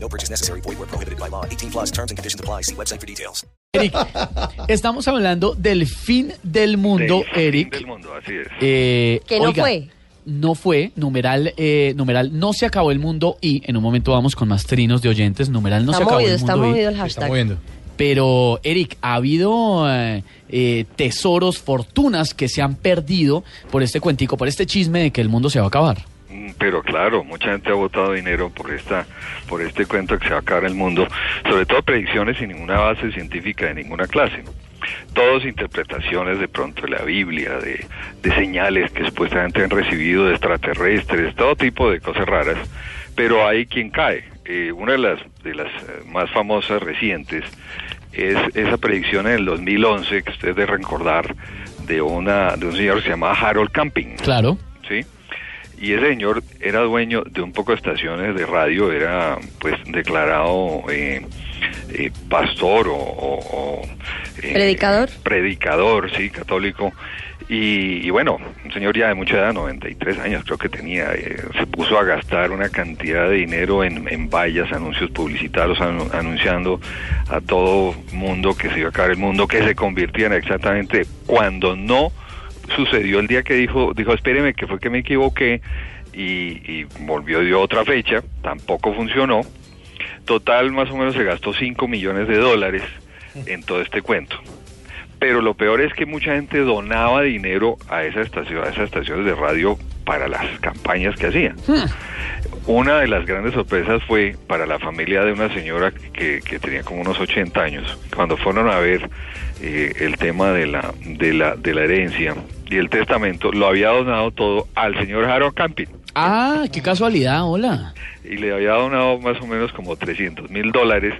No purchase necessary. Void where prohibited by law. 18 plus terms and conditions apply. See website for details. Eric, estamos hablando del fin del mundo, Del fin Eric. Del mundo, así es. Eh, Que no oiga, fue. No fue, numeral, eh, numeral, no se acabó el mundo y en un momento vamos con más trinos de oyentes, numeral, no se está acabó movido, el mundo está y- movido el Está hashtag. moviendo. Pero, Eric, ha habido eh, eh, tesoros, fortunas que se han perdido por este cuentico, por este chisme de que el mundo se va a acabar. Mm, Pero claro, mucha gente ha votado dinero por esta, por este cuento que se va a acabar el mundo, sobre todo predicciones sin ninguna base científica de ninguna clase. Todos interpretaciones de pronto de la Biblia, de, de señales que supuestamente han recibido de extraterrestres, todo tipo de cosas raras, pero hay quien cae. Eh, una de las, de las eh, más famosas recientes es esa predicción en el 2011 que ustedes deben recordar de, una, de un señor que se llama Harold Camping. Claro. ¿sí? Y ese señor era dueño de un poco de estaciones de radio, era pues declarado eh, eh, pastor o... o- o, eh, Predicador. Predicador, sí, católico. Y, y bueno, un señor ya de mucha edad, 93 años creo que tenía, eh, se puso a gastar una cantidad de dinero en, en vallas, anuncios publicitarios, anu- anunciando a todo mundo que se iba a acabar el mundo, que se convirtieran exactamente cuando no sucedió el día que dijo, dijo, espéreme, que fue que me equivoqué, y, y volvió y dio otra fecha, tampoco funcionó. Total, más o menos se gastó 5 millones de dólares en todo este cuento. Pero lo peor es que mucha gente donaba dinero a, esa estación, a esas estaciones de radio para las campañas que hacían. Una de las grandes sorpresas fue para la familia de una señora que, que tenía como unos 80 años, cuando fueron a ver eh, el tema de la, de, la, de la herencia y el testamento, lo había donado todo al señor Harold Camping Ah, qué casualidad, hola. y le había donado más o menos como 300 mil dólares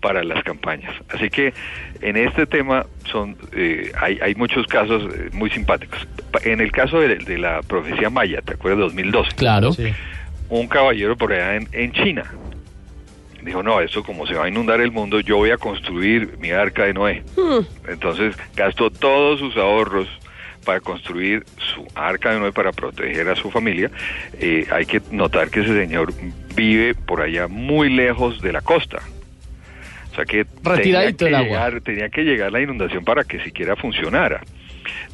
para las campañas. Así que en este tema son eh, hay, hay muchos casos eh, muy simpáticos. Pa- En el caso de, de la profecía maya, ¿te acuerdas? 2012 Claro. Sí. un caballero por allá en, en China. Dijo, no, esto como se va a inundar el mundo, yo voy a construir mi arca de Noé. Entonces gastó todos sus ahorros para construir su arca de Noé para proteger a su familia. Eh, hay que notar que ese señor vive por allá muy lejos de la costa. O sea que tenía Retiradito que, del agua. llegar, tenía que llegar la inundación para que siquiera funcionara.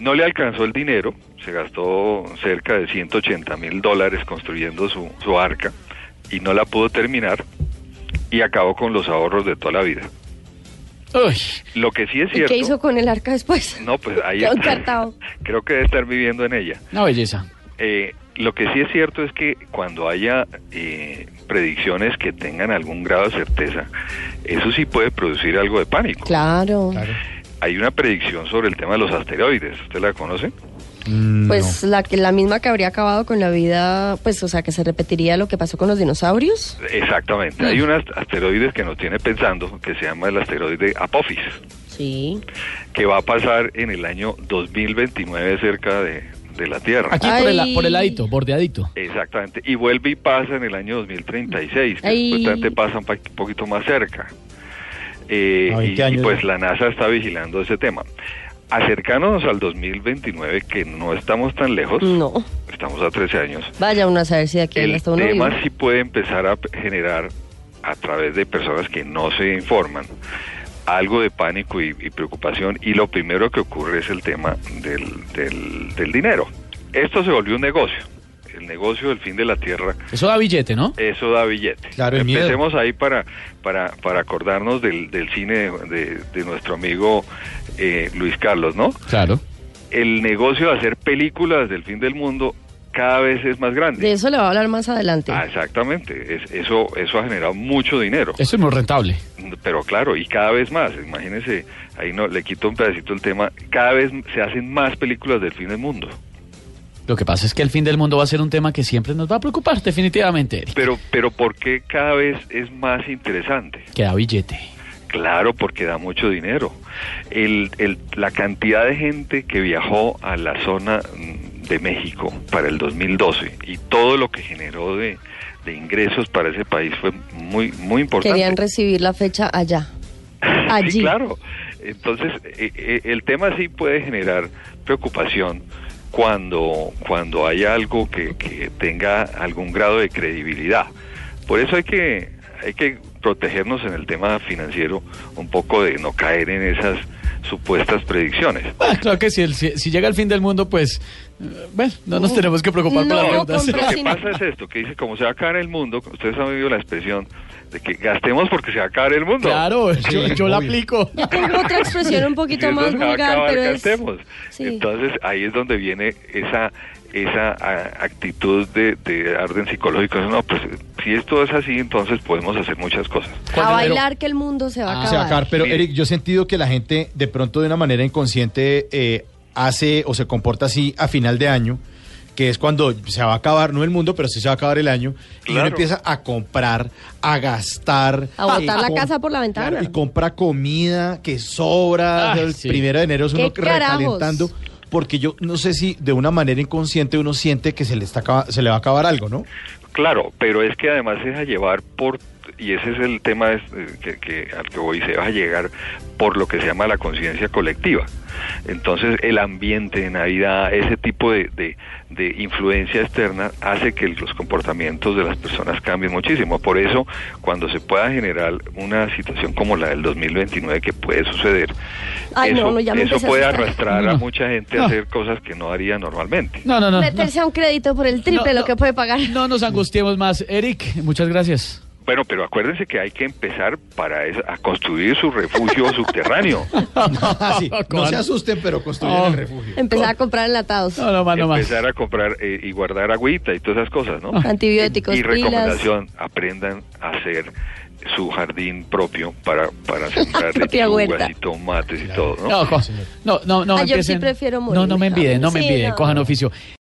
No le alcanzó el dinero, se gastó cerca de 180 mil dólares construyendo su, su arca y no la pudo terminar y acabó con los ahorros de toda la vida. Uy, Lo que sí es ¿Y cierto, qué hizo con el arca después? no, pues ahí Quedó está. encartado. creo que debe estar viviendo en ella. una belleza. Eh, lo que sí es cierto es que cuando haya eh, predicciones que tengan algún grado de certeza, eso sí puede producir algo de pánico. Claro. Claro. Hay una predicción sobre el tema de los asteroides, ¿usted la conoce? Pues la, que- la misma que habría acabado con la vida, pues o sea, que se repetiría lo que pasó con los dinosaurios. Exactamente. Hay unos asteroides que nos tiene pensando, que se llama el asteroide Apophis, Sí. que va a pasar en el año 2029 cerca de, de la Tierra. Aquí por el, Ay. por el ladito, bordeadito. Exactamente. Y vuelve y pasa en el año 2036, que Ay. supuestamente pasa un pa- poquito más cerca. Eh, A y- 20 y, años. pues la NASA está vigilando ese tema. Acercándonos al 2029, que no estamos tan lejos, No. estamos a 13 años, Vaya uno a saber si de aquí Pues, el hasta uno vivo. tema sí puede empezar a p- generar a través de personas que no se informan algo de pánico y, y preocupación y lo primero que ocurre es el tema del, del- del dinero. Esto se volvió un negocio, el negocio del fin de la tierra, Eso da billete, ¿no? eso da billete. Claro, el miedo. Empecemos ahí para, para, para acordarnos del, del cine de, de- de nuestro amigo eh, Luis Carlos, ¿no? Claro. El negocio de hacer películas del fin del mundo cada vez es más grande. De eso le va a hablar más adelante. Ah, exactamente, Es- eso, eso ha generado mucho dinero, Eso es muy rentable. pero claro, y cada vez más, imagínense, ahí no le quito un pedacito el tema, cada vez se hacen más películas del fin del mundo, Lo que pasa es que el fin del mundo va a ser un tema que siempre nos va a preocupar, definitivamente, Eric. pero, pero ¿por qué cada vez es más interesante? Que da billete. Claro, porque da mucho dinero. El, el, la cantidad de gente que viajó a la zona mm, de México para el 2012 y todo lo que generó de, de ingresos para ese país fue muy, muy importante. Querían recibir la fecha allá. Allí. sí, claro. Entonces, eh, el tema sí puede generar preocupación cuando, cuando hay algo que, que tenga algún grado de credibilidad. Por eso hay que, hay que protegernos en el tema financiero un poco de no caer en esas supuestas predicciones. Ah, claro que si, el- si, si llega el fin del mundo, pues, eh, bueno, no nos tenemos que preocupar No, por las deudas. compra- Lo que Sí, no. pasa es esto, que dice, como se va a acabar el mundo, ustedes han oído la expresión de que gastemos porque se va a acabar el mundo. Claro, yo, yo la aplico. Yo tengo otra expresión un poquito Y más entonces se va a vulgar, acabar, pero es... gastemos. sí. Entonces ahí es donde viene esa esa a- actitud de, de orden psicológico. No, pues si esto es así, entonces podemos hacer muchas cosas. A Cuando- bailar que el mundo se va a Ah, acabar. se va a acabar. Pero Sí. Eric, yo he sentido que la gente de pronto de una manera inconsciente eh, hace o se comporta así a final de año, que es cuando se va a acabar, no el mundo, pero sí se va a acabar el año, y uno Claro. empieza a comprar, a gastar. A botar eh, la com- casa por la ventana. y compra comida que Ay, sobra, o sea, el Ah, sí. primero de enero es uno ¿Qué carajos? recalentando. Porque yo no sé si de una manera inconsciente uno siente que se le, está, acaba- se le va a acabar algo, ¿no? Claro, pero es que además es a llevar por, y ese es el tema es, eh, que, que al que voy, se va a llegar por lo que se llama la conciencia colectiva. Entonces el ambiente de Navidad, ese tipo de, de- de influencia externa hace que los comportamientos de las personas cambien muchísimo. Por eso cuando se pueda generar una situación como la del 2029 que puede suceder, Ay, no, eso, no, ya me eso empecé a puede asustar. arrastrar a No. mucha gente No. a hacer cosas que no haría normalmente. No, no, no. no. Meterse a un crédito por el triple No, lo que puede pagar. No nos angustiemos más. Eric, muchas gracias. Bueno, pero acuérdense que hay que empezar para eso- a construir su refugio subterráneo. Así, no se asusten, pero construyan Oh. el refugio. Empezar a comprar enlatados, No, no más, Ah, no más. Ah. empezar a comprar eh, y guardar agüita y todas esas cosas, ¿no? antibióticos, Y pilas. recomendación, aprendan a hacer su jardín propio para, para sembrar Propia lechugas huerta. y tomates y todo, ¿no? No, co- no, no, no Ah, yo sí empiecen- prefiero morir, No, no me hija. envidien, no me Sí, envidien, no. cojan oficio.